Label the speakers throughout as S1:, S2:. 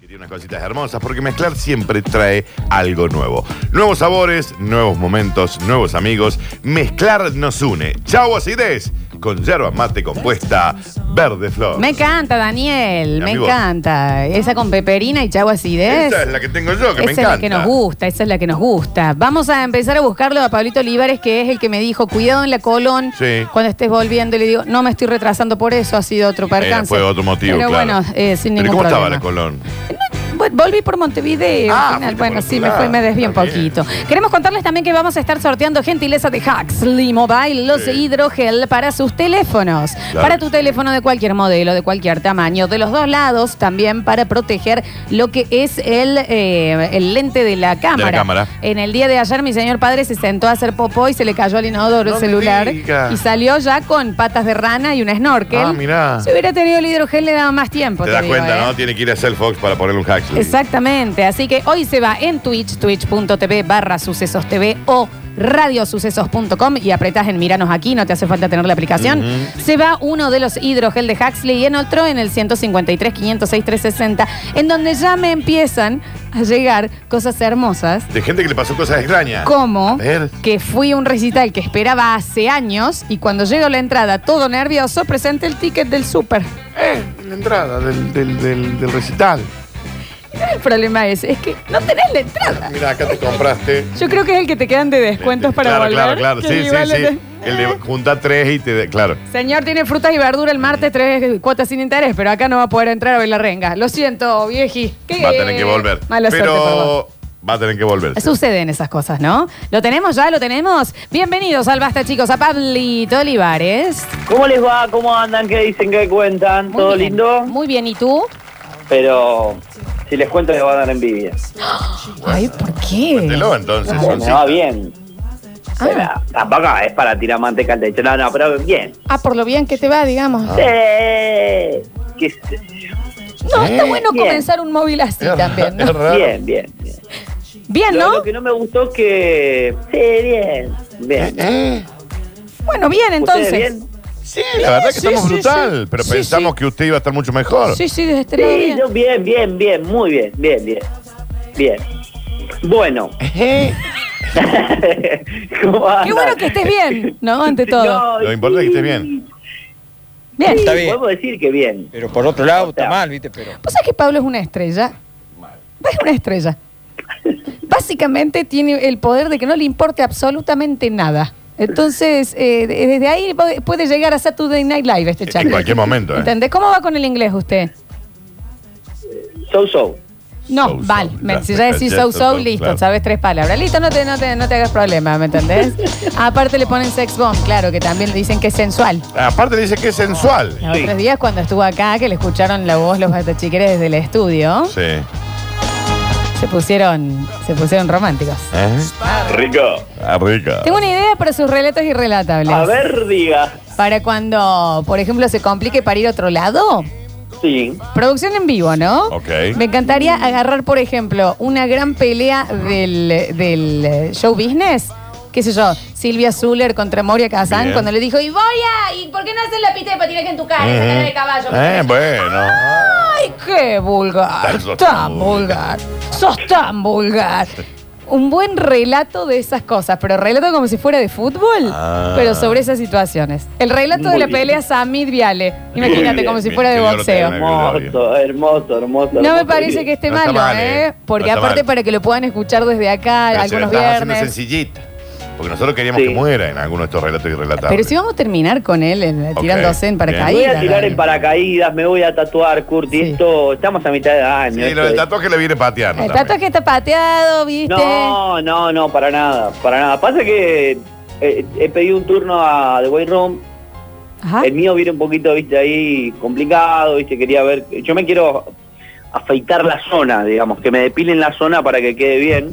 S1: tiene unas cositas hermosas, porque mezclar siempre trae algo nuevo. Nuevos sabores, nuevos momentos, nuevos amigos. Mezclar nos une. Chau, acidez, con yerba mate compuesta verde flor.
S2: Me encanta, Daniel,
S1: Mi
S2: me
S1: amigo.
S2: encanta. Esa con peperina y chau acidez.
S1: Esa es la que tengo yo, que me
S2: Esa es
S1: encanta.
S2: la que nos gusta, esa es la que nos gusta. Vamos a empezar a buscarlo a Pablito Olivares, que es el que me dijo, cuidado en la colon.
S1: Sí.
S2: Cuando estés volviendo, le digo, no me estoy retrasando por eso, ha sido otro
S1: Eh,
S2: percance.
S1: fue otro motivo,
S2: Pero
S1: claro.
S2: bueno, eh, sin
S1: Pero
S2: ningún
S1: ¿cómo estaba
S2: problema.
S1: la Colón?
S2: Bueno, Volví por Montevideo.
S1: Ah,
S2: al final.
S1: fuiste
S2: Bueno,
S1: por
S2: sí,
S1: otro
S2: me, fui,
S1: lado.
S2: me desvié un
S1: Está bien.
S2: poquito. Queremos contarles también que vamos a estar sorteando gentileza de Huxley Mobile, los
S1: Sí.
S2: hidrogel para sus teléfonos.
S1: Claro
S2: Para
S1: que
S2: tu
S1: sí.
S2: teléfono de cualquier modelo, de cualquier tamaño, de los dos lados, también para proteger lo que es el, eh, el lente de la cámara.
S1: cámara.
S2: En el día de ayer, mi señor padre se sentó a hacer popó y se le cayó al inodoro
S1: No me
S2: el celular.
S1: digas.
S2: Y salió ya con patas de rana y un snorkel.
S1: Ah, mirá.
S2: Si hubiera tenido el hidrogel, le daba más tiempo.
S1: Te
S2: te
S1: das
S2: digo,
S1: cuenta,
S2: ¿eh?
S1: ¿no? Tiene que ir a Cell Fox para poner un Huxley.
S2: Exactamente, así que hoy se va en Twitch, twitch.tv barra sucesos TV o radiosucesos.com y apretás en Miranos aquí, no te hace falta tener la aplicación.
S1: Ujú.
S2: Se va uno de los hidrogel de Huxley y en otro en el 153, 506, 360, en donde ya me empiezan a llegar cosas hermosas.
S1: De gente que le pasó cosas extrañas. A
S2: Como
S1: ver.
S2: que fui a un recital que esperaba hace años y cuando llego a la entrada todo nervioso presenté el ticket del súper.
S3: Eh, en la entrada del, del, del, del recital.
S2: El problema es, es que no tenés la entrada.
S1: Mira, acá te compraste.
S2: Yo creo que es el que te quedan de descuentos para
S1: Eh, claro,
S2: volver.
S1: Claro, claro,
S2: que
S1: Sí,
S2: igual
S1: sí,
S2: es
S1: sí. El de juntar tres y te... de- claro.
S2: de- Señor, tiene frutas y verdura el martes, tres cuotas sin interés, pero acá no va a poder entrar a ver la renga. Lo siento, vieji. ¿Qué?
S1: Va a tener que volver.
S2: Mala
S1: Pero
S2: suerte, perdón.
S1: va a tener que volver. sí.
S2: Suceden esas cosas, ¿no? ¿Lo tenemos ya? ¿Lo tenemos? Bienvenidos al Basta, chicos, a Pablito Olivares.
S4: ¿Cómo les va? ¿Cómo andan? ¿Qué dicen? ¿Qué cuentan?
S2: Muy
S4: ¿Todo
S2: bien.
S4: lindo?
S2: Muy bien, ¿y tú?
S4: Pero si les cuento les va a dar envidia.
S2: Ay, ¿por qué?
S1: Cuéntelo, entonces.
S4: Bueno, me
S1: Soncita.
S4: va bien.
S2: Ah.
S4: Pero tampoco es para tirar manteca al techo. No, no, pero bien.
S2: Ah, por lo bien que te va, digamos.
S1: Ah,
S4: Sí. ¿Qué sé yo?
S2: No, está bueno
S4: Bien.
S2: comenzar un móvil así
S1: Es
S2: también. ¿no?
S1: es raro.
S4: Bien, bien. bien.
S2: Bien,
S4: Lo,
S2: ¿no?
S4: lo que no me gustó que... Sí, bien. Bien.
S2: Bueno, bien,
S4: ¿Ustedes
S2: Eh, entonces.
S4: bien?
S1: Eh, Sí, la verdad que
S2: Sí,
S1: estamos
S2: sí,
S1: brutal.
S2: sí.
S1: Pero
S2: Sí,
S1: pensamos
S2: sí.
S1: que usted iba a estar mucho mejor.
S2: Sí, sí, desde este lado
S4: Sí,
S2: bien.
S4: yo bien, bien, bien. Muy bien, bien, bien. Bien. Bueno.
S1: Eh,
S4: ¿Cómo
S2: Qué
S4: andan?
S2: bueno que estés bien, ¿no? Ante todo.
S4: No,
S1: Lo importante es que esté
S4: sí.
S1: bien.
S2: Bien.
S5: Está bien.
S4: Podemos decir que bien.
S5: Pero por otro lado,
S4: O sea,
S5: está mal, ¿viste? Pero.
S2: ¿Vos sabés que Pablo es una estrella? Es una estrella. Básicamente tiene el poder de que no le importe absolutamente nada. Entonces, eh, desde ahí po- puede llegar a Saturday Night Live este chaco.
S1: En cualquier momento, ¿eh?
S2: ¿Entendés? ¿Cómo va con el inglés usted?
S4: So so.
S2: No,
S1: So, so,
S2: vale.
S1: ya,
S2: si ya decís
S1: ya,
S2: so,
S1: so,
S2: so,
S1: so,
S2: listo,
S1: claro.
S2: sabes tres palabras. Listo, no te, no te, no te hagas problema, ¿me entendés? Aparte le ponen sex bomb, claro, que también le dicen que es sensual.
S1: Aparte dice que es sensual.
S2: Los
S4: Sí.
S2: otros días cuando estuvo acá, que le escucharon la voz los batachiqueres desde el estudio,
S1: Sí. ¿Eh?
S2: se pusieron, se pusieron románticos.
S4: Rico.
S1: Eh, Ah, rica.
S2: Tengo una idea para sus relatos irrelatables.
S4: A ver, diga.
S2: Para cuando, por ejemplo, se complique para ir a otro lado.
S4: Sí.
S2: Producción en vivo, ¿no?
S1: Ok.
S2: Me encantaría agarrar, por ejemplo, una gran pelea del, del eh, show business. Qué sé yo, Silvia Zuller contra Moria Kazan,
S1: Bien.
S2: cuando le dijo, y voy a, ¿y por qué no haces la pista de patinaje en tu cara? Esa cara de caballo.
S1: Eh, bueno.
S2: ¡Ay, qué vulgar!
S1: Sos
S2: ¡Tan
S1: tan vulgar.
S2: vulgar! ¡Sos tan vulgar! Un buen relato de esas cosas, pero relato como si fuera de fútbol,
S1: Ah.
S2: pero sobre esas situaciones. El relato
S4: Muy
S2: de la
S4: bien.
S2: pelea Samid Viale, imagínate,
S4: bien,
S2: como si
S1: bien,
S2: fuera de
S1: qué bien lo
S2: boxeo.
S1: tenés.
S4: Hermoso, hermoso, hermoso.
S2: No me parece que esté
S1: No está
S2: malo,
S1: mal,
S2: ¿eh?
S1: ¿eh?
S2: Porque
S1: No está
S2: aparte
S1: mal.
S2: para que lo puedan escuchar desde
S1: Pero
S2: acá
S1: se la
S2: algunos
S1: estás haciendo
S2: viernes.
S1: sencillita. Porque nosotros queríamos
S4: Sí.
S1: que muera en alguno de estos relatos irrelatables.
S2: Pero si vamos a terminar con él eh,
S1: Ok,
S2: tirándose
S1: bien.
S2: en
S4: Voy
S2: paracaídas.
S4: a tirar en
S2: Dani.
S4: paracaídas, me voy a tatuar, Curti.
S2: Sí.
S4: Esto, estamos a mitad de año.
S1: Sí,
S4: esto
S1: lo del
S4: es-
S1: tatuaje le viene pateando.
S2: El
S1: también.
S2: tato que está pateado, ¿viste?
S4: No, no, no, para nada, para nada. Pasa que eh, he pedido un turno a The Way Room.
S2: Ajá.
S4: El mío viene un poquito, viste, ahí complicado, viste, quería ver. Yo me quiero afeitar la zona, digamos, que me depilen la zona para que quede bien.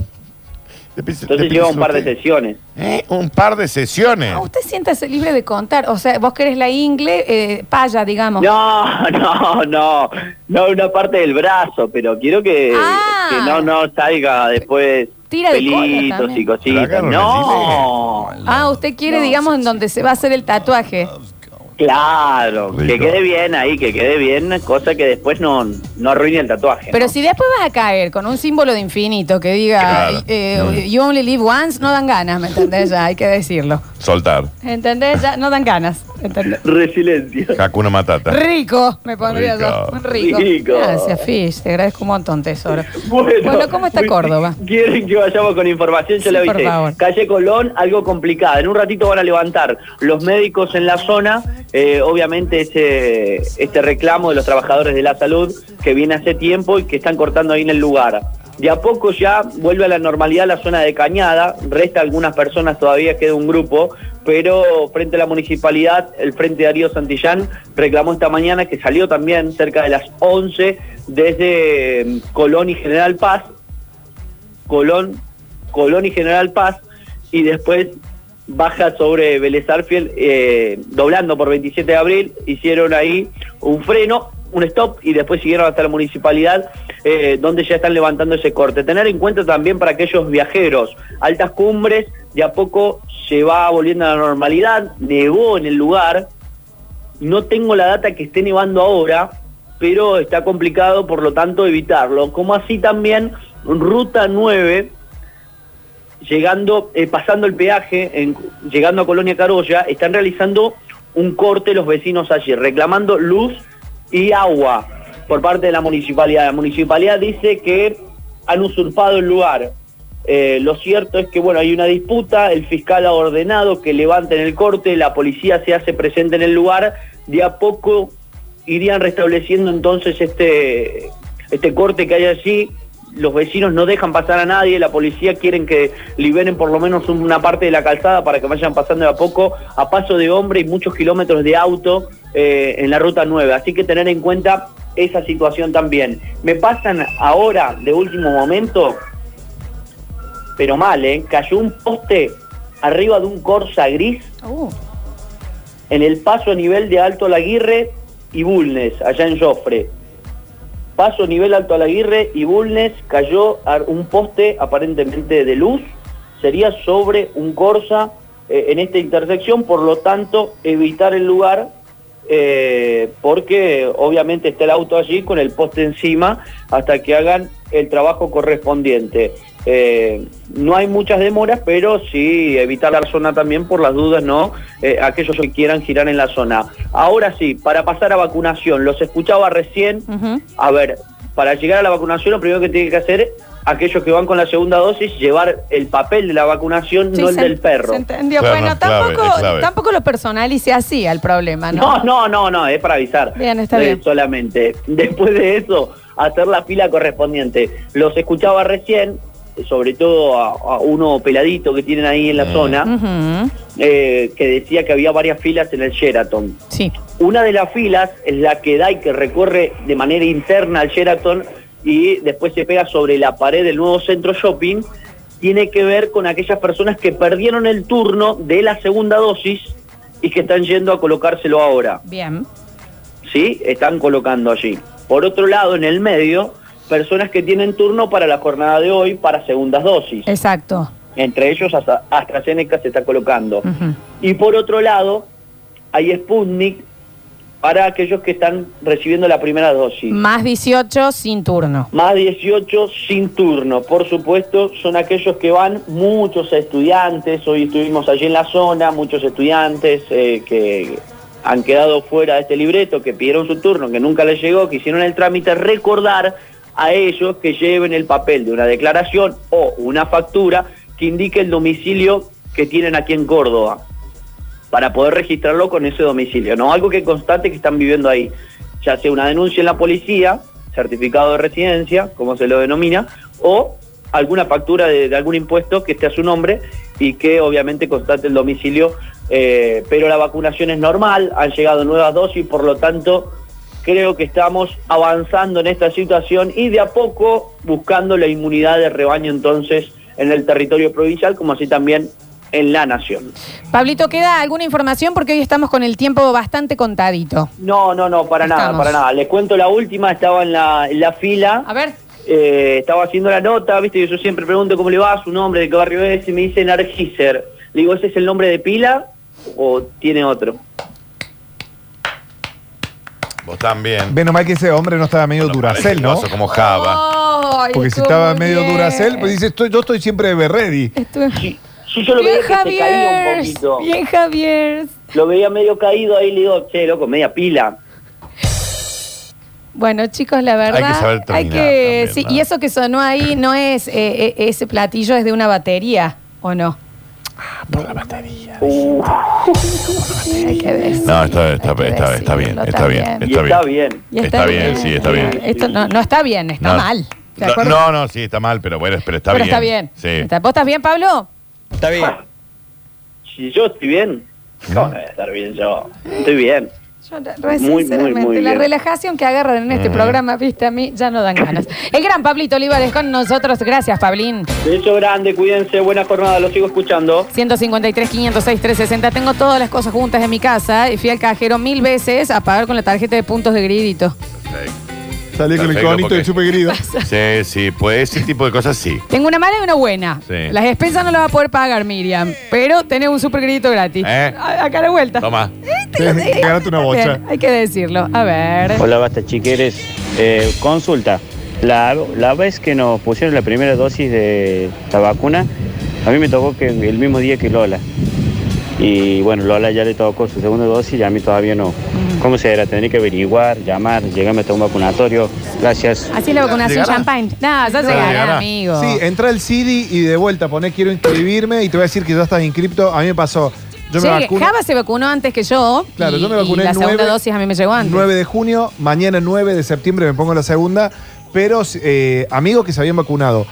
S1: Le pis- le
S4: Entonces
S1: pis-
S4: lleva un par de
S1: usted.
S4: sesiones.
S1: ¿Eh? Un par de sesiones.
S2: Ah, usted siéntase libre de contar. O sea, vos querés la ingle, eh, paya, digamos.
S4: No, no, no, no una parte del brazo, pero quiero que,
S2: Ah.
S4: que no, no salga después
S2: Tira de cola
S4: pelitos
S2: también.
S4: y cositas.
S1: Pero acá no
S4: No,
S2: Ah, usted quiere, digamos, en donde se va a hacer el tatuaje.
S4: Claro, que
S1: Rico.
S4: quede bien ahí, que quede bien, cosa que después no, no arruine el tatuaje.
S2: Pero
S4: ¿no?
S2: si después vas a caer con un símbolo de infinito que diga
S1: Claro.
S2: eh, You only live once, no dan ganas, ¿me entendés? Ya hay que decirlo.
S1: Soltar.
S2: ¿Entendés? Ya no dan ganas. ¿entendés?
S4: Resiliencia.
S1: Hakuna Matata.
S2: Rico, me pondría
S1: Rico.
S2: yo. Rico.
S4: Rico.
S2: Gracias, Fish. Te agradezco un montón, tesoro. ¿cómo está Córdoba?
S4: ¿Quieren que vayamos con información? Yo
S2: Sí,
S4: le
S2: por
S4: avisé.
S2: favor.
S4: Calle Colón, algo complicada. En un ratito van a levantar los médicos en la zona. eh, obviamente ese, este reclamo de los trabajadores de la salud que viene hace tiempo y que están cortando ahí en el lugar. De a poco ya vuelve a la normalidad la zona de Cañada, resta algunas personas, todavía queda un grupo, pero frente a la municipalidad, el Frente Darío Santillán reclamó esta mañana que salió también cerca de las 11 desde eh, Colón y General Paz, Colón, Colón y General Paz, y después baja sobre Vélez Arfiel, eh, doblando por 27 de abril, hicieron ahí un freno, un stop, y después siguieron hasta la municipalidad, eh, donde ya están levantando ese corte. Tener en cuenta también para aquellos viajeros, altas cumbres, de a poco se va volviendo a la normalidad, nevó en el lugar, no tengo la data que esté nevando ahora, pero está complicado, por lo tanto, evitarlo. Como así también Ruta 9, llegando, eh, pasando el peaje, en- llegando a Colonia Carolla, están realizando un corte los vecinos allí, reclamando luz y agua por parte de la municipalidad. La municipalidad dice que han usurpado el lugar. Eh, lo cierto es que bueno, hay una disputa, el fiscal ha ordenado que levanten el corte, la policía se hace presente en el lugar, de a poco irían restableciendo entonces este, este corte que hay allí. Los vecinos no dejan pasar a nadie, la policía quieren que liberen por lo menos una parte de la calzada para que vayan pasando de a poco a paso de hombre y muchos kilómetros de auto eh, en la ruta 9. Así que tener en cuenta esa situación también. Me pasan ahora, de último momento, pero mal, ¿eh? cayó un poste arriba de un Corsa gris
S2: Uh,
S4: en el paso a nivel de Alto Laguirre y Bulnes, allá en Jofre. Paso a nivel Alto Laguirre y Bulnes cayó a un poste aparentemente de luz, sería sobre un Corsa eh, en esta intersección, por lo tanto evitar el lugar eh, porque obviamente está el auto allí con el poste encima hasta que hagan el trabajo correspondiente. Eh, no hay muchas demoras, pero sí evitar la zona también por las dudas, ¿no? Eh, aquellos que quieran girar en la zona. Ahora sí, para pasar a vacunación, los escuchaba recién,
S2: ujú.
S4: a ver, para llegar a la vacunación lo primero que tiene que hacer aquellos que van con la segunda dosis, llevar el papel de la vacunación,
S2: Sí,
S4: no el
S2: se-
S4: del perro.
S2: se entendió.
S1: Claro,
S2: bueno,
S1: no, clave,
S2: tampoco,
S1: es clave.
S2: tampoco lo personal y se hacía el problema, ¿no?
S4: No, no, no, no, es para avisar.
S2: Bien, está
S4: Eh,
S2: bien.
S4: Solamente. Después de eso, hacer la fila correspondiente. Los escuchaba recién, sobre todo a, a uno peladito que tienen ahí en la
S1: Mm.
S4: zona,
S2: Ujú.
S4: eh, que decía que había varias filas en el Sheraton.
S2: Sí.
S4: Una de las filas es la que da y que recorre de manera interna al Sheraton y después se pega sobre la pared del nuevo centro shopping. Tiene que ver con aquellas personas que perdieron el turno de la segunda dosis y que están yendo a colocárselo ahora.
S2: Bien.
S4: ¿sí? Están colocando allí. Por otro lado, en el medio, personas que tienen turno para la jornada de hoy para segundas dosis.
S2: Exacto.
S4: Entre ellos Astra- AstraZeneca se está colocando.
S2: Ujú.
S4: Y por otro lado, hay Sputnik para aquellos que están recibiendo la primera dosis.
S2: Más 18 sin turno.
S4: Más 18 sin turno. Por supuesto, son aquellos que van muchos estudiantes. Hoy estuvimos allí en la zona, muchos estudiantes eh, que han quedado fuera de este libreto, que pidieron su turno, que nunca les llegó, que hicieron el trámite. Recordar a ellos que lleven el papel de una declaración o una factura que indique el domicilio que tienen aquí en Córdoba para poder registrarlo con ese domicilio, ¿no? Algo que constate que están viviendo ahí, ya sea una denuncia en la policía, certificado de residencia, como se lo denomina, o alguna factura de, de algún impuesto que esté a su nombre y que obviamente constate el domicilio, eh, pero la vacunación es normal, han llegado nuevas dosis, por lo tanto creo que estamos avanzando en esta situación y de a poco buscando la inmunidad de rebaño entonces en el territorio provincial, como así también en la nación.
S2: Pablito, ¿queda alguna información? Porque hoy estamos con el tiempo bastante contadito.
S4: No, no, no, para nada,
S2: Estamos.
S4: para nada. Les cuento la última, estaba en la, en la fila,
S2: A ver.
S4: eh, estaba haciendo la nota, viste, yo siempre pregunto cómo le va, su nombre, de qué barrio es, y me dicen Nargiser. Le digo, ¿ese es el nombre de pila o tiene otro?
S1: Vos también.
S5: Menos mal que ese hombre no estaba medio
S1: No,
S5: duracel, ¿no?
S1: parece como
S2: Oh,
S1: Java.
S2: Ay,
S5: Porque si
S2: cómo
S5: estaba medio
S2: bien.
S5: duracel, pues dice, estoy- yo estoy siempre ready.
S2: Estuve-
S4: Sí, sí, yo lo veía
S2: Bien,
S4: que se caía un
S2: Javier.
S4: poquito.
S2: Bien, Javier.
S4: Lo veía medio caído ahí, le digo, che, loco, media pila.
S2: Bueno, chicos, la verdad.
S1: que saber
S2: hay
S1: terminar
S2: que-
S1: también,
S2: sí,
S1: ¿no?
S2: Y eso que sonó ahí no es. eh, eh, ese platillo es de una batería, ¿o no?
S4: Uh,
S2: Hay que decir,
S1: No, está, está-
S2: hay que
S1: está- está bien,
S2: decirlo
S1: está bien,
S2: también.
S4: y
S1: Está
S4: está
S1: bien.
S4: bien.
S2: Y
S1: Está bien, sí, está bien.
S2: Esto no, no está bien, está
S1: No.
S2: mal. ¿Te
S1: No,
S2: acuerdas?
S1: no, no, sí, está mal, pero bueno, pero está
S2: Pero
S1: bien.
S2: está bien.
S1: Sí.
S2: Está- ¿Vos estás bien, Pablo?
S6: Está bien.
S4: Ah. Si yo estoy bien, ¿cómo voy a estar bien yo? Estoy bien.
S2: Yo, la- re-
S4: Muy,
S2: sinceramente,
S4: muy, muy
S2: la
S4: bien.
S2: relajación que agarran en este programa, viste, a mí ya no dan ganas. El gran Pablito Olivares con nosotros. Gracias, Pablín.
S4: Beso grande, cuídense, buena jornada, lo sigo escuchando.
S2: 153, 506, 360. Tengo todas las cosas juntas en mi casa y fui al cajero mil veces a pagar con la tarjeta de puntos de gridito.
S1: Perfecto.
S5: Salí con el
S1: Perfecto,
S5: conito
S1: porque-
S5: y chupe grido.
S1: Sí, sí, pues ese tipo de cosas sí.
S2: Tengo una mala y una buena.
S1: Sí.
S2: Las expensas no las va a poder pagar, Miriam, pero tenés un super gridito gratis.
S1: Eh.
S2: A- Acá a la vuelta.
S1: Toma.
S5: Te- Gánate una bocha.
S2: Bien, hay que decirlo. A ver.
S7: Hola, basta chiqueres. Eh, consulta. La, la vez que nos pusieron la primera dosis de la vacuna, a mí me tocó que el mismo día que Lola. Y bueno, Lola ya le tocó su segunda dosis y a mí todavía no.
S2: Mm.
S7: ¿Cómo será? Tendré que averiguar, llamar, llegarme hasta un vacunatorio. Gracias.
S2: Así la vacunación
S1: ¿Llegará?
S2: champagne. No, ya llegará,
S1: llegará.
S2: amigo.
S5: Sí, eh, entra el CD y de vuelta ponés quiero inscribirme y te voy a decir que ya estás inscripto. A mí me pasó. Yo me
S2: Llegue.
S5: vacuno.
S2: Java se vacunó antes que yo.
S5: Claro,
S2: y,
S5: yo me
S2: y
S5: vacuné
S2: la
S5: el
S2: segunda
S5: 9,
S2: dosis a mí me llegó antes.
S5: 9 de junio, mañana 9 de septiembre me pongo la segunda. Pero eh, amigos que se habían vacunado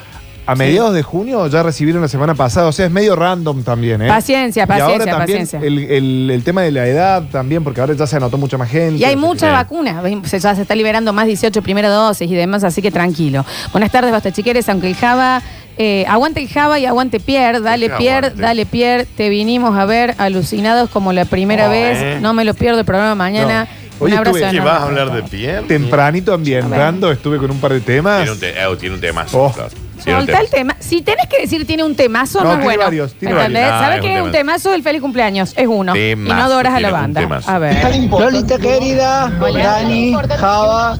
S5: a mediados de junio ya recibieron la semana pasada. O sea, es medio random también, ¿eh?
S2: Paciencia,
S5: Y ahora
S2: paciencia,
S5: también
S2: paciencia.
S5: El, el- el tema de la edad también, porque ahora ya se anotó mucha más gente.
S2: Y hay muchas
S1: Sí.
S2: vacunas, se- ya se está liberando más 18 primera dosis y demás, así que tranquilo. Buenas tardes, basta chiqueres, aunque el Java, eh, aguante el Java y aguante Pierre, dale
S1: Que
S2: Pierre,
S1: aguante.
S2: dale Pierre, te vinimos a ver alucinados como la primera
S1: Oh,
S2: vez,
S1: eh.
S2: no me lo pierdo el programa mañana.
S5: No. Hoy
S2: Un abrazo.
S5: estuve-
S1: ¿Qué
S2: enorme.
S1: vas a hablar de pie?
S5: Tempranito ambientando, estuve con un par de temas.
S1: Tiene un, te- eh, tiene un temazo.
S5: Oh.
S1: claro. Tiene un
S2: Soltá el tema. Si tenés que decir tiene un temazo, no,
S5: No,
S2: es
S5: tiene
S2: bueno.
S5: varios, tiene
S2: ¿Entendés?
S1: varios. Ah,
S2: ¿Sabés
S1: es
S2: qué
S1: un
S2: es un
S1: temazo.
S2: temazo? El feliz cumpleaños. Es uno. y no
S1: Temazo,
S2: adoras a la
S1: tiene un
S2: banda.
S1: temazo.
S2: A ver.
S8: Lolita querida, Dani, Java,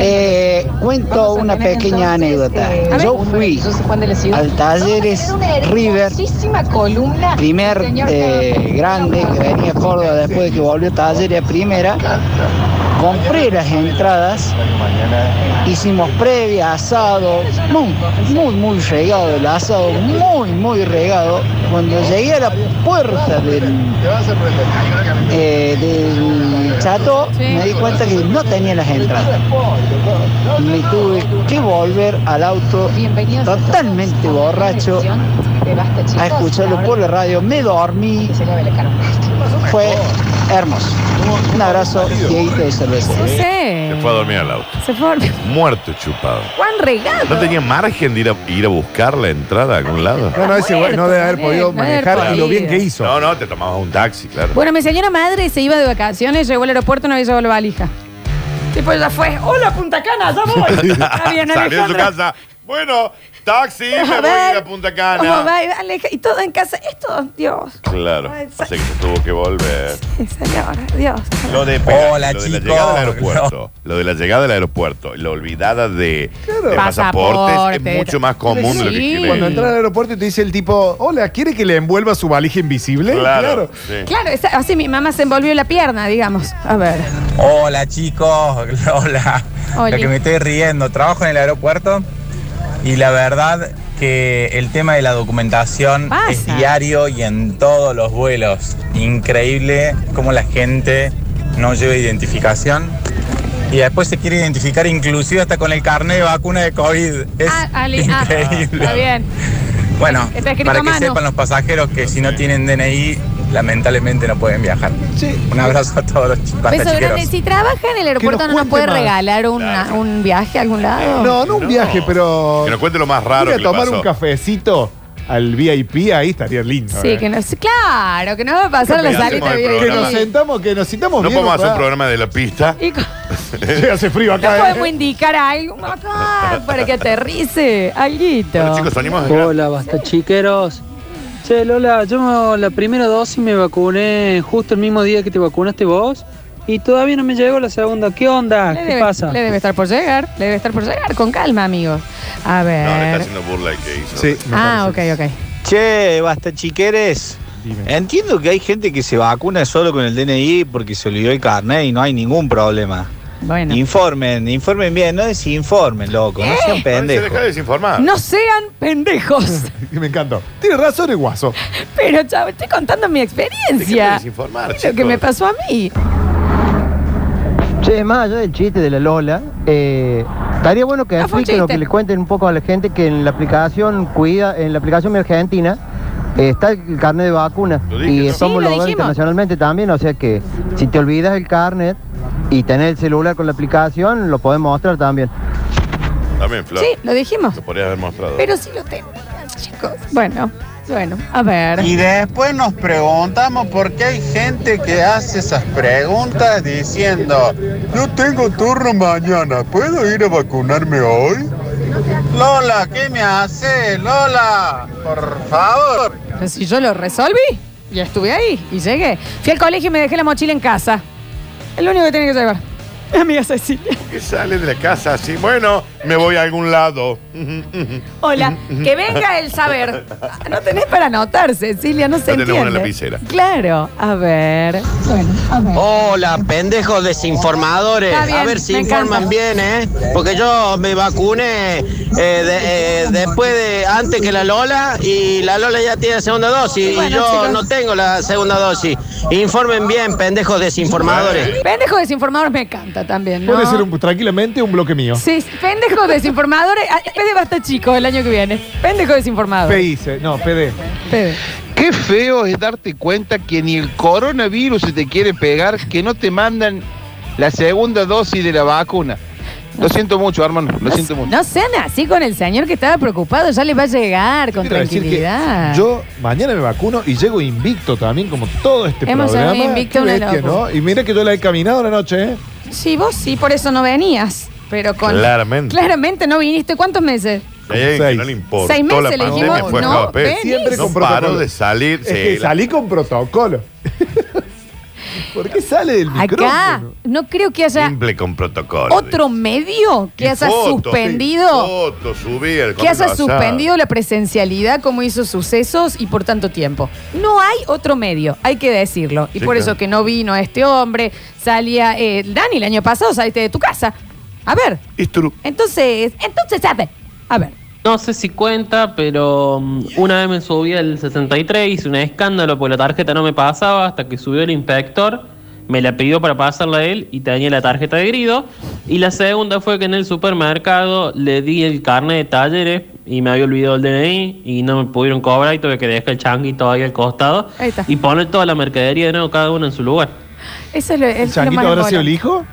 S8: eh, cuento una pequeña anécdota.
S2: ver.
S8: Yo fui al Talleres River, primer eh, grande que venía a Córdoba después de que volvió Talleres a primera. Compré las entradas, hicimos previa, asado, muy, muy, muy regado el asado, muy, muy regado. Cuando llegué a la puerta del eh, del chato,
S2: Sí.
S8: me di cuenta que no tenía las entradas. Me tuve que volver al auto totalmente borracho a escucharlo por la radio. Me dormí. Fue hermoso. Un abrazo, Dieguito de cerveza.
S2: No
S1: Se
S2: sé.
S1: fue a dormir al auto.
S2: Se fue.
S1: Muerto chupado.
S2: Juan Regado.
S1: ¿No tenía margen de ir a, ir a buscar la entrada a algún lado?
S5: No, no, ese güey no debe haber
S2: Muerto,
S5: podido
S2: no debe haber
S5: manejar y lo
S2: podido.
S5: bien que hizo.
S1: No, no, te tomabas un taxi, claro.
S2: Bueno, mi señora madre se iba de vacaciones, llegó al aeropuerto y no había llevado la valija. Tipo, ya fue. ¡Hola, Punta Cana! ¡Ya voy! Está
S1: Salió
S2: bien,
S1: de su
S2: Alejandra.
S1: casa. Bueno, taxi, me voy
S2: A
S1: a ir
S2: ver,
S1: a Punta
S2: ¿cómo
S1: Cana.
S2: va? Aleja- Y todo en casa. Esto, Dios.
S1: Claro,
S2: Ay, sa-
S1: así que se tuvo que volver.
S2: Señora, Dios.
S1: Lo de,
S6: Hola,
S1: lo de la
S6: chicos.
S1: llegada al aeropuerto. Lo de la llegada al aeropuerto. La olvidada de, de pasaportes
S2: Pasaporte.
S1: es mucho más común de lo que
S2: Sí.
S1: creen.
S5: Cuando entra al aeropuerto y te dice el tipo, hola, ¿quiere que le envuelva su valija invisible?
S1: Claro. sí.
S2: Claro, esa- así mi mamá se envolvió la pierna, digamos. A ver.
S6: Hola chicos, hola.
S2: Oli.
S6: Lo que me estoy riendo, trabajo en el aeropuerto y la verdad que el tema de la documentación
S2: Pasa.
S6: es diario y en todos los vuelos. Increíble cómo la gente no lleva identificación y después se quiere identificar inclusive hasta con el carnet de vacuna de COVID. Es
S2: Ah, Ale, ah,
S6: increíble.
S2: está bien.
S6: Bueno,
S2: Está escrito
S6: para
S2: a
S6: que
S2: mano.
S6: sepan los pasajeros que si no tienen DNI, lamentablemente no pueden viajar. Un abrazo a todos los chicos.
S2: Beso grande. Si trabaja en el aeropuerto,
S5: nos
S2: ¿no nos
S5: cuente
S2: puede
S5: más.
S2: regalar una-
S1: Claro.
S2: un viaje a algún lado?
S5: No, no un
S1: No.
S5: viaje, pero.
S1: Que nos cuente lo más raro
S5: Ir a
S1: que le
S5: tomar
S1: pasó.
S5: un cafecito al VIP, ahí estaría lindo.
S2: Sí,
S5: ¿eh?
S2: que no. sí, Claro, que no va a pasar la
S1: Hacemos
S2: salita
S1: el
S5: Que nos
S1: programa.
S2: bien.
S5: sentamos, que nos sentamos
S1: No
S5: bien.
S1: podemos hacer un
S5: ojalá.
S1: programa de la pista.
S2: Y con-
S5: Sí, hace frío
S2: No
S5: acá. ¿eh?
S2: podemos indicar algo acá para que aterrice, alguito.
S1: Bueno, chicos, soñemos de
S9: Hola, basta chiqueros. Che, Lola, yo la primera dosis me vacuné justo el mismo día que te vacunaste vos y todavía no me llegó la segunda. ¿Qué onda?
S2: Le
S9: ¿Qué
S2: debe,
S9: pasa?
S2: le debe estar por llegar, le debe estar por llegar, con calma, amigos. A ver.
S1: No, le está haciendo burla el que hizo.
S5: Sí. me
S2: ah, ok,
S5: parece.
S2: ok.
S10: Che, Eh, basta chiqueres.
S5: Dime.
S10: Entiendo que hay gente que se vacuna solo con el DNI porque se olvidó el carnet y no hay ningún problema.
S2: Bueno.
S10: Informen, informen bien, no desinformen, loco, no sean
S1: Se deja de
S10: pendejos.
S1: desinformar.
S2: No sean pendejos.
S5: Me encantó. Tiene razón el guaso.
S2: Pero, chavo, estoy contando mi
S1: Dejen de
S2: experiencia.
S1: desinformar,
S2: Es lo que
S1: chicos.
S2: me pasó a mí.
S8: Che, más allá del chiste de la Lola, eh, estaría bueno que
S2: Ah, fue un
S8: expliquen o que
S2: chiste.
S8: le cuenten un poco a la gente que en la aplicación Cuida, en la aplicación Mi Argentina, eh, está el carnet de vacuna.
S1: Lo dije,
S8: Y
S1: ¿no?
S8: somos
S2: Sí, lo dijimos.
S8: logrados internacionalmente también, o sea que si te olvidas el carnet y tenés el celular con la aplicación, lo podés mostrar también.
S1: También, Flor.
S2: Sí, lo dijimos.
S1: Lo podrías haber mostrado.
S2: Pero sí lo tenían, chicos. Bueno, bueno, a ver.
S11: Y después nos preguntamos por qué hay gente que hace esas preguntas diciendo, no tengo turno mañana, ¿puedo ir a vacunarme hoy? Lola, ¿qué me hace? Lola, por favor.
S2: Pero si yo lo resolví, ya estuve ahí y llegué. Fui al colegio y me dejé la mochila en casa. Es lo único que tiene que llevar. Mi amiga Cecilia.
S1: que sale de la casa así, bueno, me voy a algún lado.
S2: Hola,
S11: Mm,
S2: que venga el saber. Ah, No tenés para anotar, Cecilia, no se
S1: No tenemos
S2: entiende.
S1: una lapicera.
S2: Claro, a ver. Bueno, a ver.
S11: Hola, pendejos desinformadores.
S2: Está bien,
S11: a ver si
S2: me
S11: informan
S2: encanta.
S11: bien, ¿eh? Porque yo me vacuné eh, de- eh, después de antes que la Lola y la Lola ya tiene segunda dosis
S2: Bueno,
S11: y yo
S2: chicos.
S11: no tengo la segunda dosis. Informen bien, pendejos desinformadores.
S2: Pendejo desinformador me encanta también, ¿no?
S5: Puede ser un- tranquilamente un bloque mío.
S2: Sí, pendejo desinformador. ah, En vez de basta chico el año que viene. Pendejo desinformador.
S5: PIC, no, PD.
S2: Pede.
S3: Qué feo es darte cuenta que ni el coronavirus se te quiere pegar, que no te mandan la segunda dosis de la vacuna. Lo siento mucho, hermano, lo
S2: No,
S3: siento mucho.
S2: no sean así con el señor que estaba preocupado, ya le va a llegar con
S5: Quiero decir que
S2: tranquilidad.
S5: Yo mañana me vacuno y llego invicto también, como todo este
S2: Hemos llegado
S5: programa.
S2: invicto
S5: Qué
S2: una
S5: bestia,
S2: locura.
S5: ¿no? Y mira que yo la he caminado la noche, ¿eh?
S2: Sí, vos sí, por eso no venías. Pero con.
S1: Claramente.
S2: Claramente no viniste. ¿Cuántos meses?
S1: Y hay alguien que
S5: Seis.
S1: no le importó
S2: Seis meses
S1: la
S2: le
S1: pandemia,
S2: dijimos,
S1: fue a
S2: no,
S1: Javape.
S2: venís.
S5: Siempre
S1: No
S5: con
S1: paro
S5: protocolo.
S1: de salir.
S5: Es
S1: sí,
S5: que
S1: la-
S5: salí con protocolo. ¿Por qué sale del micrófono?
S2: Acá no creo que haya
S1: Simple con protocolo.
S2: otro medio que
S1: Y
S2: haya
S1: fotos, sí,
S2: suspendido.
S1: Fotos, subir. el
S2: Que haya
S1: comienzo de asado.
S2: suspendido la presencialidad como hizo sucesos y por tanto tiempo. No hay otro medio, hay que decirlo. Y
S1: Sí,
S2: por
S1: claro.
S2: eso que no vino este hombre, salía. eh, Dani, el año pasado saliste de tu casa. A ver,
S1: Es true.
S2: entonces, entonces, a ver, a ver.
S9: No sé si cuenta, pero mm, una vez me subí al 63, hice un escándalo porque la tarjeta no me pasaba hasta que subió el inspector, me la pidió para pasarla a él y tenía la tarjeta de grido. Y la segunda fue que en el supermercado le di el carnet de talleres y me había olvidado el DNI y no me pudieron cobrar y tuve que dejar el changuito ahí al costado
S2: Ahí está.
S9: y poner toda la mercadería de nuevo, cada uno en su lugar.
S2: Eso es lo,
S5: ¿El
S2: es lo
S5: changuito
S2: más
S5: habrá sido
S2: embolo.
S5: el hijo?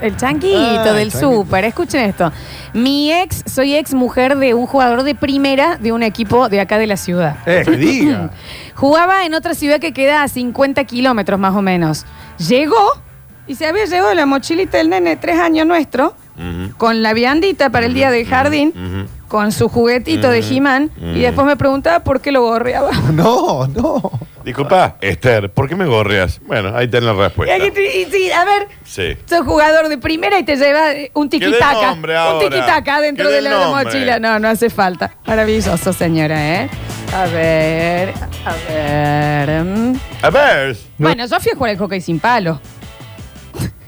S2: El changuito
S5: Ah, el
S2: del
S5: changuito.
S2: súper. Escuchen esto. Mi ex, soy ex mujer de un jugador de primera de un equipo de acá de la ciudad.
S5: Eh, que diga.
S2: Jugaba en otra ciudad que queda a 50 kilómetros más o menos. Llegó y se había llevado la mochilita del nene de tres años nuestro,
S1: Ujú,
S2: con la viandita para el día
S5: Mm,
S2: del jardín,
S1: ujú.
S2: con su juguetito de He-Man, y después me preguntaba por qué lo borreaba.
S5: No, no.
S1: Disculpa, Esther, ¿por qué me gorreas? Bueno, ahí tenés la
S2: Y aquí
S1: respuesta.
S2: te- y sí, a ver,
S1: Sí.
S2: Sos jugador de primera y te lleva eh, un
S1: Que dé
S2: tiquitaca.
S1: nombre
S2: Un
S1: ahora.
S2: tiquitaca dentro
S1: Que dé
S2: de la, la
S1: nombre.
S2: mochila. No, no hace falta. Maravilloso, señora, ¿eh? A ver, a ver. mm.
S1: A ver.
S2: Bueno, yo fui a jugar al hockey sin palo.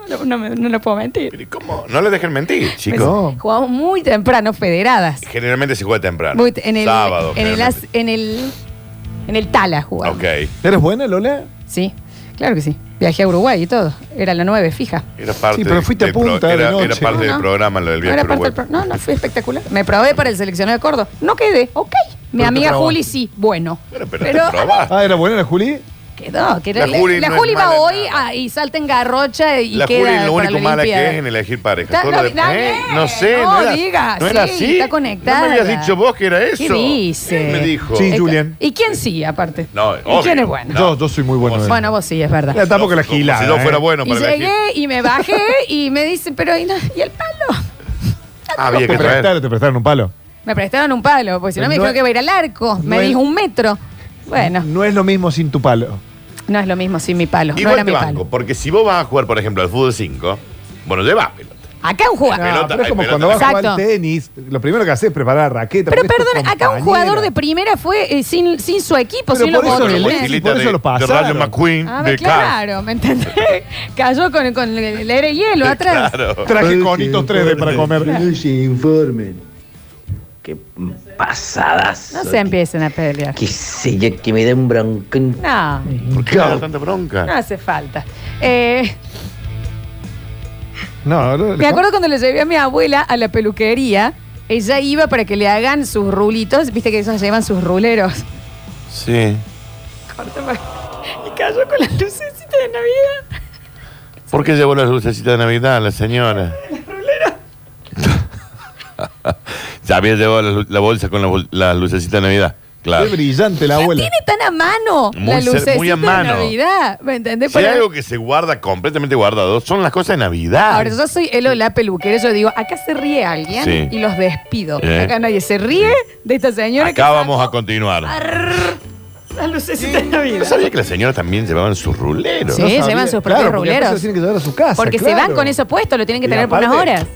S2: no, lo, no, me- no lo puedo mentir.
S1: pero ¿Cómo? No le dejen
S2: Pues
S1: mentir, chicos.
S5: No.
S2: Jugamos muy temprano, federadas.
S1: Generalmente se juega temprano.
S2: Muy te- en el,
S1: Sábado.
S2: en el, as-
S1: generalmente.
S2: en el, en el Tala jugamos.
S1: Ok.
S5: ¿Eres buena, Lola?
S2: Sí, claro que sí. Viajé a Uruguay y todo. Era la nueve, fija.
S1: Era parte
S5: Sí, pero
S1: del-
S5: fuiste a
S1: del pro-
S5: punta de
S1: era,
S5: noche.
S1: era parte
S2: No,
S1: del
S2: no.
S1: programa lo del
S2: No,
S1: viaje
S2: era
S1: a
S2: parte
S1: Uruguay.
S2: del pro- no, no, fue espectacular. Me probé para el seleccionado de Córdoba. No quedé, ok. Mi
S5: Pero
S2: amiga
S5: te probaste.
S2: Juli sí, bueno.
S1: Bueno, pero te probaste.
S5: Ah, ¿era buena la Juli?
S2: quedó. quedó.
S1: La
S2: La,
S1: Juli
S2: la
S1: no es
S2: Juli va
S1: mala en
S2: hoy
S1: nada.
S2: ah, y salta en garrocha y
S1: La
S2: queda
S1: Juli lo
S2: para
S1: único
S2: la
S1: mala que
S2: Olimpiada.
S1: es en elegir pareja.
S2: Está-
S1: Todo
S2: no,
S1: lo de-
S2: no,
S1: ¿Eh?
S2: no,
S1: no sé,
S2: no
S1: no, era,
S2: digas,
S1: no era
S2: sí,
S1: así.
S2: está conectada.
S1: No me habías dicho vos que era
S2: ¿Qué
S1: eso.
S2: dice?
S1: Me dijo.
S5: Sí,
S2: Eh,
S5: Julián.
S2: ¿Y quién sí, aparte?
S1: No,
S2: ¿Y
S1: obvio.
S2: quién es bueno?
S1: No.
S5: Yo, yo soy muy bueno.
S1: Vos-
S5: en-
S2: Bueno, vos sí, es verdad.
S5: Ya tampoco la
S1: Como
S5: gila.
S1: Si yo fuera bueno
S2: Y
S1: para
S2: llegué
S1: elegir.
S2: y me bajé y me dicen, pero ¿y, no- y el palo?
S1: Ah, Había
S5: Te
S1: que traer.
S5: prestaron, te prestaron un palo.
S2: Me prestaron un palo, porque si no me
S5: No
S2: dijeron
S5: es-
S2: que iba a ir al arco. Me
S5: no es-
S2: dijo un metro. Bueno.
S5: No es lo mismo sin tu palo.
S2: No es lo mismo, sí, mi palo. no
S1: Igual
S2: era
S1: te
S2: mi
S1: banco,
S2: palo.
S1: porque si vos vas a jugar, por ejemplo, al fútbol 5, bueno, llevas pelota.
S2: Acá un jugador.
S1: Pelota,
S5: Ah, pero es
S1: hay
S5: como
S1: pelota.
S5: cuando vas a jugar al
S2: Exacto.
S5: tenis, lo primero que haces es preparar la raqueta.
S2: Pero
S5: porque es tu
S2: perdón, acá un
S5: compañera.
S2: jugador de primera fue eh, sin, sin su equipo,
S5: Pero
S2: sin
S5: por
S2: los
S5: eso lo
S1: Con la
S5: elegí,
S2: botines.
S1: mochilita
S5: por eso
S1: de, de
S5: lo
S1: Rayo
S5: pasaron.
S1: McQueen,
S2: Ah,
S1: de Cars.
S2: claro, ¿me entendés? Cayó con, con el aire y hielo atrás.
S1: Claro.
S5: Traje conitos 3D para comer.
S12: Qué pasadas.
S2: No se empiecen a pelear.
S12: Que sé yo, que me dé un broncón.
S2: No,
S1: ¿Por qué me da tanta bronca?
S2: no hace falta. Eh,
S5: No, no,
S2: me acuerdo cuando le llevé a mi abuela a la peluquería, ella iba para que le hagan sus rulitos, viste que ellos llevan sus ruleros.
S1: Sí.
S2: Córtame. Y cayó con las lucecitas de Navidad.
S1: ¿Por qué llevó las lucecitas de Navidad la señora? ya había llevado la, lu- la bolsa con la bol- las lucecitas de Navidad. Claro.
S5: Qué brillante la abuela.
S2: Tiene tan a mano
S1: Muy
S2: la
S1: cer-
S2: lucecita
S1: muy a mano.
S2: de Navidad. ¿Me entendés?
S1: Si hay
S2: Para-
S1: algo que se guarda completamente guardado, son las cosas de Navidad.
S2: Ahora, yo soy Elo la peluquera, yo digo, acá se ríe alguien
S1: Sí.
S2: y los despido.
S1: Eh.
S2: Acá nadie se ríe de esta señora
S1: Acá
S2: que
S1: vamos a continuar.
S2: las lucecitas de Navidad.
S1: No sabía que las señoras también llevaban sus ruleros.
S2: Sí,
S5: sabía.
S2: llevan sus
S5: Claro,
S2: propios
S5: porque
S2: ruleros.
S5: después se tienen que llevar a su casa,
S2: Porque se
S5: claro.
S2: van con eso puesto, lo tienen que
S5: Y
S2: tener por unas
S5: aparte-
S2: horas.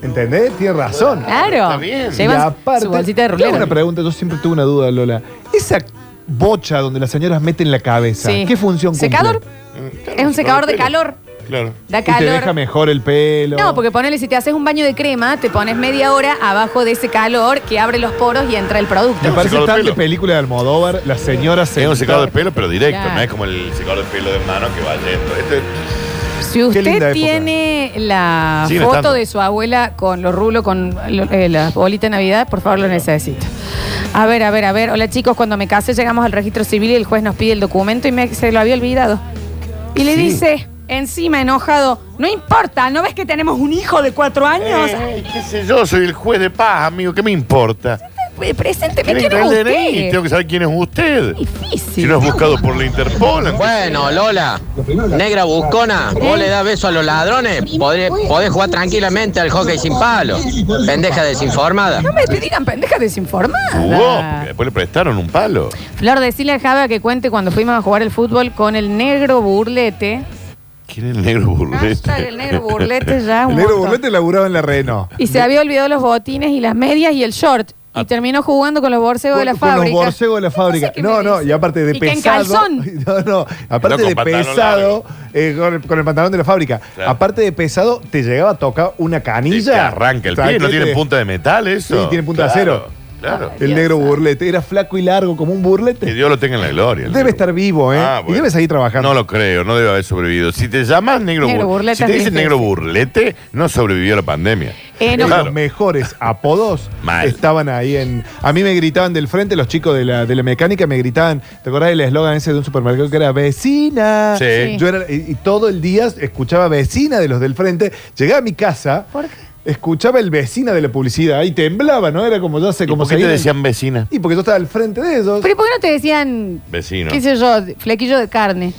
S5: ¿Entendés? Tienes razón.
S2: Claro.
S1: Está bien.
S5: Y
S2: Ah, Llevan su bolsita de
S5: te hago una
S2: rulero.
S5: pregunta, yo siempre tuve una duda, Lola. Esa bocha donde las señoras meten la cabeza,
S2: Sí.
S5: ¿qué función cumple?
S2: ¿Secador?
S1: Mm,
S2: Es un secador de calor.
S1: Claro.
S2: Da
S5: Y te deja
S2: calor.
S5: mejor el pelo.
S2: No, porque ponele, si te haces un baño de crema, te pones media hora abajo de ese calor que abre los poros y entra el producto.
S5: Me
S1: un
S5: parece
S1: secador de
S5: tan de
S1: pelo.
S5: película de Almodóvar, las señoras
S1: Es un secador de pelo, pero directo,
S2: Claro.
S1: no es como el secador de pelo de mano que va dentro. Este,
S2: Si
S5: Qué
S2: usted
S5: linda época.
S2: tiene la
S1: Siguen
S2: foto
S1: estando.
S2: de su abuela con los rulos, con lo- eh, la bolita de Navidad, por favor lo necesito. A ver, a ver, a ver. Hola chicos, cuando me casé llegamos al registro civil y el juez nos pide el documento y me, se lo había olvidado. Y le dice, encima enojado, no importa, ¿no ves que tenemos un hijo de cuatro años?
S1: Ey, eh, qué sé yo, soy el juez de paz, amigo, ¿qué me importa?
S2: Eh, Presénteme
S1: Tiene que
S2: quién
S1: traer
S2: es
S1: el DNI,
S2: usted.
S1: tengo que saber quién es usted.
S2: Difícil.
S1: Si no es buscado por la Interpol.
S6: Bueno, Lola, negra buscona, vos le das beso a los ladrones, podré- podés jugar tranquilamente al hockey sin palo. Pendeja desinformada.
S2: No me te digan pendeja desinformada.
S1: Jugó, porque después le prestaron un palo.
S2: Flor, decirle a Java que cuente cuando fuimos a jugar el fútbol con el negro burlete.
S1: ¿Quién es el negro burlete?
S2: Hashtag el negro burlete ya un
S5: El negro
S2: montón.
S5: burlete laburaba en la Reno.
S2: Y se había olvidado los botines y las medias y el short.
S1: Ah.
S2: Y terminó jugando con los borseos de la
S5: Con- con
S2: fábrica.
S5: los borcegos de la fábrica.
S2: Entonces, ¿qué
S5: No,
S2: me
S5: no,
S2: dice?
S5: y aparte de
S2: ¿Y que en
S5: pesado.
S2: calzón?
S5: No, no, aparte
S1: No, con
S5: de
S1: pantalón
S5: pesado, eh, con, el, con el pantalón de la fábrica.
S1: Claro.
S5: Aparte de pesado, te llegaba a tocar una
S1: Y
S5: canilla.
S1: te arranca el pie, no
S5: Traquete.
S1: tiene punta de metal eso.
S5: Sí, tiene punta de
S1: Claro,
S5: acero.
S1: Claro.
S5: El negro burlete. Era flaco y largo como un burlete.
S1: Que Dios lo tenga en la gloria. el
S5: Debe
S1: negro.
S5: estar vivo, ¿eh?
S1: Ah, bueno.
S5: Y debe seguir trabajando.
S1: No lo creo, no debe haber sobrevivido. Si te llamas negro,
S2: Negro
S1: bur-
S2: burlete
S1: si te
S2: es
S1: dicen
S2: difícil.
S1: negro burlete, no sobrevivió a la pandemia.
S2: Eh,
S5: Pero
S2: no,
S1: Claro.
S5: Los mejores apodos
S1: Mal.
S5: estaban ahí en. A mí me gritaban del frente, los chicos de la, de la mecánica me gritaban. ¿Te acordás del eslogan ese de un supermercado que era vecina?
S1: Sí.
S2: Sí.
S5: Yo era, y, y todo el día escuchaba vecina de los del frente. Llegué a mi casa,
S2: ¿Por qué?
S5: escuchaba el vecina de la publicidad y temblaba, ¿no? Era como ya sé
S1: ¿Y
S5: cómo
S1: por qué
S5: se
S1: te
S5: iban.
S1: decían vecina?
S5: Y porque yo estaba al frente de ellos.
S2: Pero ¿y ¿por qué no te decían,
S1: Vecino.
S2: qué sé yo, flequillo de carne?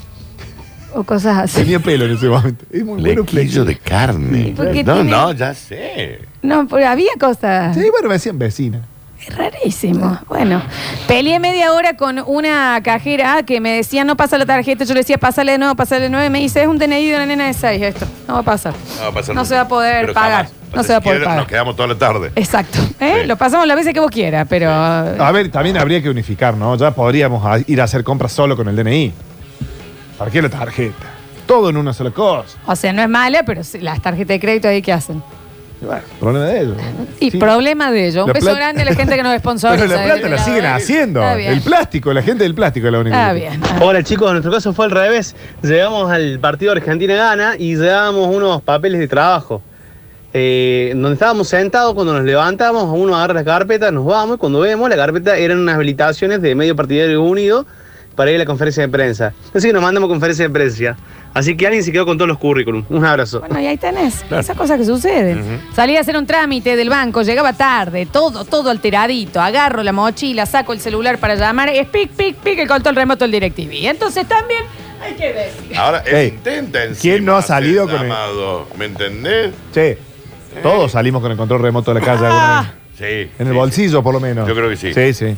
S2: O cosas así.
S5: Tenía pelo en ese momento. Es muy bueno
S1: Lequillo de carne.
S2: Porque
S1: No,
S2: tiene-
S1: no, ya sé.
S2: No, pero había cosas.
S5: Sí, bueno, me decían vecina.
S2: Es rarísimo. Bueno, peleé media hora con una cajera que me decía, no pasa la tarjeta. Yo le decía, pásale de nuevo, pásale de nuevo. Y me dice, es un DNI de una nena de seis esto. No va a pasar.
S1: No, va a pasar
S2: No
S1: nunca.
S2: se va a poder
S1: Pero
S2: pagar.
S1: jamás. O sea,
S2: No se va a
S1: si
S2: poder
S1: quiere,
S2: pagar.
S1: Nos quedamos toda la tarde.
S2: Exacto. ¿eh?
S1: Sí.
S2: Lo pasamos las veces que vos quieras, pero... eh,
S5: A ver, también habría que unificar, ¿no? Ya podríamos a- ir a hacer compras solo con el DNI. ¿Para qué la tarjeta? Todo en una sola cosa.
S2: O sea, no es mala, pero sí, las tarjetas de crédito ahí que hacen.
S5: Y bueno, problema de ellos. ¿no?
S2: Y
S5: Sí.
S2: problema de ello. Un
S5: La
S2: beso
S5: plata-
S2: grande a la gente que nos sponsoriza.
S5: Pero la plata la siguen haciendo.
S2: Está bien.
S5: El plástico, la gente del plástico es la única.
S2: Está
S5: que-
S2: bien.
S13: Hola chicos, en nuestro caso fue al revés. Llegamos al partido Argentina-Gana y llevábamos unos papeles de trabajo. Eh, donde estábamos sentados, cuando nos levantamos, uno agarra las carpetas, nos vamos y cuando vemos, la carpeta eran unas habilitaciones de medio partidario unido para ir a la conferencia de prensa. Así que nos mandamos conferencia de prensa. Así que alguien se quedó con todos los currículum. Un abrazo.
S2: Bueno, y ahí tenés. Esas cosas que suceden. Salí a hacer un trámite del banco, llegaba tarde, todo, todo alteradito. Agarro la mochila, saco el celular para llamar. Es pic, pic, pic el control remoto del DirecTV. Y Entonces también hay que decir.
S1: Ahora, él
S5: Ey,
S1: intenta encima
S5: ¿quién no ha
S1: hacer
S5: salido con el-
S1: llamado, ¿Me entendés?
S2: Ah.
S5: Che, todos salimos con el control remoto de la calle alguna vez.
S1: Sí.
S5: En el bolsillo, por lo menos.
S1: Yo creo que sí.
S5: Sí, sí.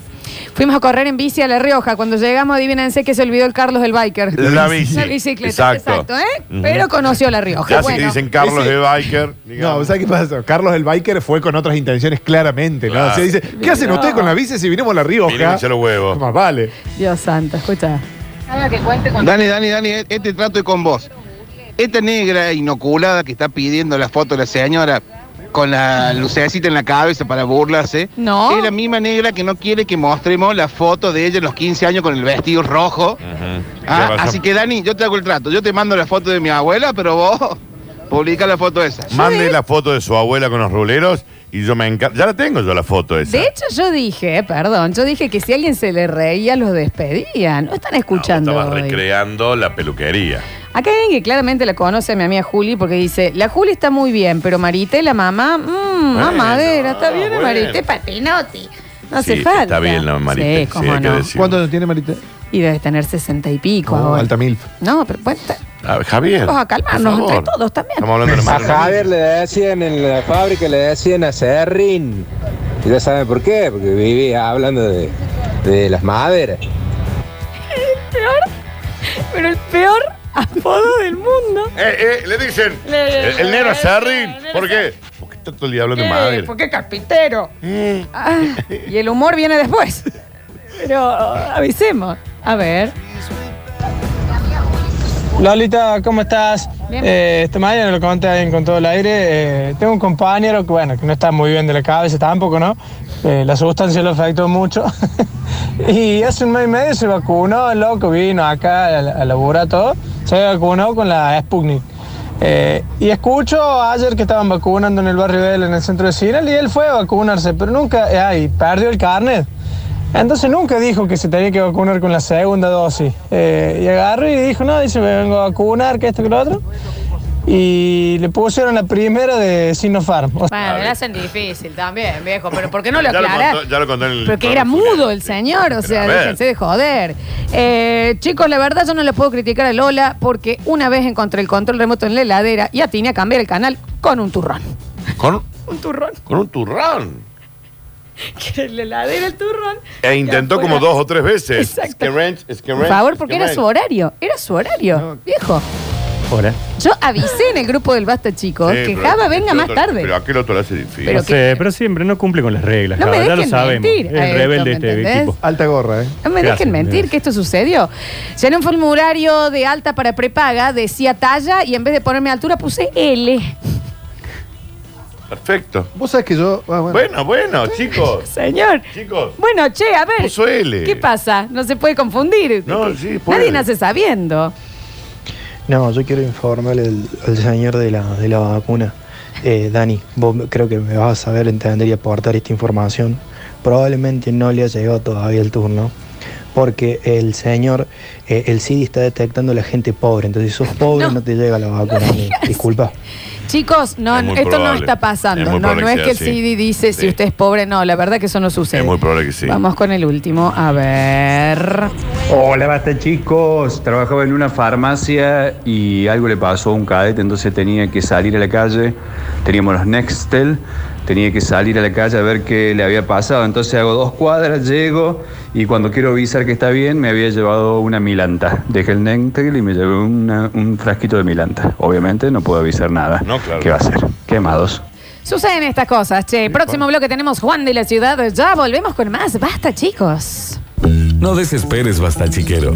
S2: Fuimos a correr en bici a La Rioja. Cuando llegamos, adivínense que se olvidó el Carlos del biker.
S1: La bici.
S2: La bicicleta,
S1: Exacto.
S2: exacto, ¿eh?
S1: Ujú.
S2: Pero conoció La Rioja.
S1: Ya si
S2: Bueno.
S1: te dicen Carlos
S5: Ese-
S1: de Biker.
S5: No, ¿sabes qué pasa? Carlos el biker fue con otras intenciones claramente, ¿no?
S1: Claro.
S5: O sea, dice, ¿qué hacen
S2: No.
S5: ustedes con la bici si vinimos a La Rioja?
S1: Vinimos a los huevos.
S5: Más vale.
S2: Dios santo, escucha.
S14: Dani, Dani, Dani, este trato es con vos. Esta negra inoculada que está pidiendo la foto de la señora con la lucecita en la cabeza para burlarse,
S2: No.
S14: es la misma negra que no quiere que mostremos la foto de ella en los 15 años con el vestido rojo. Ah,
S1: Tiene razón.
S14: así que Dani, yo te hago el trato. Yo te mando la foto de mi abuela, pero vos publica la foto esa.
S1: Mande la foto de su abuela con los ruleros y yo me encanta. Ya la tengo yo la foto esa.
S2: De hecho, yo dije, eh, perdón, yo dije que si alguien se le reía, los despedían. No están escuchando.
S1: Estabas
S2: hoy.
S1: recreando la peluquería.
S2: Acá hay alguien que claramente la conoce, mi amiga Juli, porque dice, la Juli está muy bien, pero Marité, la mamá, mmm, mamadera, está bien
S1: bueno.
S2: Marité Patinotti. No
S1: Sí,
S2: hace falta.
S1: Está bien la Marité.
S2: Sí,
S1: sí,
S2: cómo
S1: hay que
S2: no.
S1: decirlo.
S5: ¿Cuánto tiene Marita?
S2: Y debe tener sesenta y pico
S5: Oh,
S2: ahora.
S5: alta mil.
S2: No, pero bueno, está-
S1: A ver, Ah, Javier.
S2: vamos a calmarnos
S1: por favor.
S2: entre todos también.
S1: Estamos hablando de
S15: A
S1: Marité.
S15: Javier le decían en la fábrica, le decían a Serrin. Y ya saben por qué, porque vivía hablando de, de las maderas.
S2: Pero el peor apodo del mundo.
S1: Eh, eh, le dicen.
S2: Le-
S1: el, el negro
S2: le-
S1: Serrin.
S2: le- Eh,
S1: ¿Por qué? Porque está todo el día hablando de madre.
S2: ¿Por qué carpintero? Ah, y el humor viene después. Pero avisemos. A ver.
S6: Lolita, ¿cómo estás? Eh, esta mañana lo conté ahí en con todo el aire. eh, tengo un compañero que, bueno, que no está muy bien de la cabeza tampoco, ¿no? Eh, la sustancia lo afectó mucho. y hace un mes y medio se vacunó, el loco, vino acá a, la- a laburar todo. Se vacunó con la Sputnik. Eh, y escucho ayer que estaban vacunando en el barrio de él, en el centro de Sinal, y él fue a vacunarse, pero nunca, eh, ay, perdió el carnet. Entonces nunca dijo que se tenía que vacunar con la segunda dosis. Eh, y agarró y dijo, no, dice, me vengo a vacunar, que esto, que lo otro. Y le pusieron la primera de Sinopharm. O sea,
S2: Bueno, me la hacen difícil también, viejo. Pero ¿por qué no lo
S1: Ya lo
S2: aclara?
S1: contó- ya lo conté en el
S2: Porque era mudo el señor, o sea,
S1: a ver.
S2: déjense de joder. Eh, chicos, la verdad yo no le puedo criticar a Lola porque una vez encontré el control remoto en la heladera y atiné a cambiar el canal con un turrón.
S1: Con,
S2: Un turrón.
S1: con un turrón.
S2: Que en la heladera el turrón.
S1: E intentó
S2: Ya
S1: como
S2: fuera.
S1: dos o tres veces.
S2: Exacto.
S1: Skerranch, Skerranch,
S2: Por favor, porque era
S1: Skerranch.
S2: su horario. Era su horario, viejo.
S16: Hola.
S2: Yo avisé en el grupo del Basta, chicos,
S16: Sí,
S2: que
S16: pero-
S2: Java venga
S16: pero
S2: más
S16: otro-
S2: tarde.
S1: Pero aquel otro lo hace difícil.
S16: no sé, Eh, pero siempre no cumple con las reglas,
S2: No me
S16: Java, ya lo
S2: dejen
S16: sabemos.
S2: mentir
S16: Es
S2: a esto,
S16: rebelde
S2: ¿me
S16: este
S2: entendés?
S16: equipo.
S5: Alta gorra, ¿eh?
S2: No me
S16: Gracias,
S2: dejen mentir que esto sucedió. Llené un formulario de alta para prepaga, decía talla y en vez de ponerme altura puse L.
S1: Perfecto.
S5: Vos sabés que yo. ah, bueno.
S1: Bueno, bueno, chicos.
S2: Señor.
S1: Chicos.
S2: Bueno, che, a ver.
S1: Puso L.
S2: ¿Qué pasa? No se puede confundir.
S1: No, sí, puede.
S2: Nadie nace sabiendo.
S8: No, yo quiero informarle al, al señor de la, de la vacuna. Eh, Dani, vos me- creo que me vas a saber entender y aportar esta información. Probablemente no le ha llegado todavía el turno, porque el señor, eh, el CIDI está detectando a la gente pobre, entonces si sos pobre no, te llega la vacuna. Disculpa.
S2: Chicos, no,
S1: Es muy
S2: esto no
S1: probable.
S2: está pasando.
S1: Es muy
S2: no,
S1: probable
S2: no
S1: que
S2: es
S1: sea
S2: que el
S1: así.
S2: CD dice si usted es pobre, no, la verdad que eso no sucede.
S1: Es muy probable que sí.
S2: Vamos con el último, a ver.
S13: Hola, basta chicos. Trabajaba en una farmacia y algo le pasó a un cadete, entonces tenía que salir a la calle. Teníamos los Nextel, tenía que salir a la calle a ver qué le había pasado. Entonces hago dos cuadras, llego y cuando quiero avisar que está bien, me había llevado una milanta. Dejé el Nextel y me llevé una- un frasquito de milanta. Obviamente no puedo avisar nada. No, claro. ¿Qué va a hacer? Quemados.
S2: Suceden estas cosas, che. Próximo bloque tenemos Juan de la Ciudad. Ya volvemos con más. Basta, chicos.
S17: No desesperes, basta chiquero.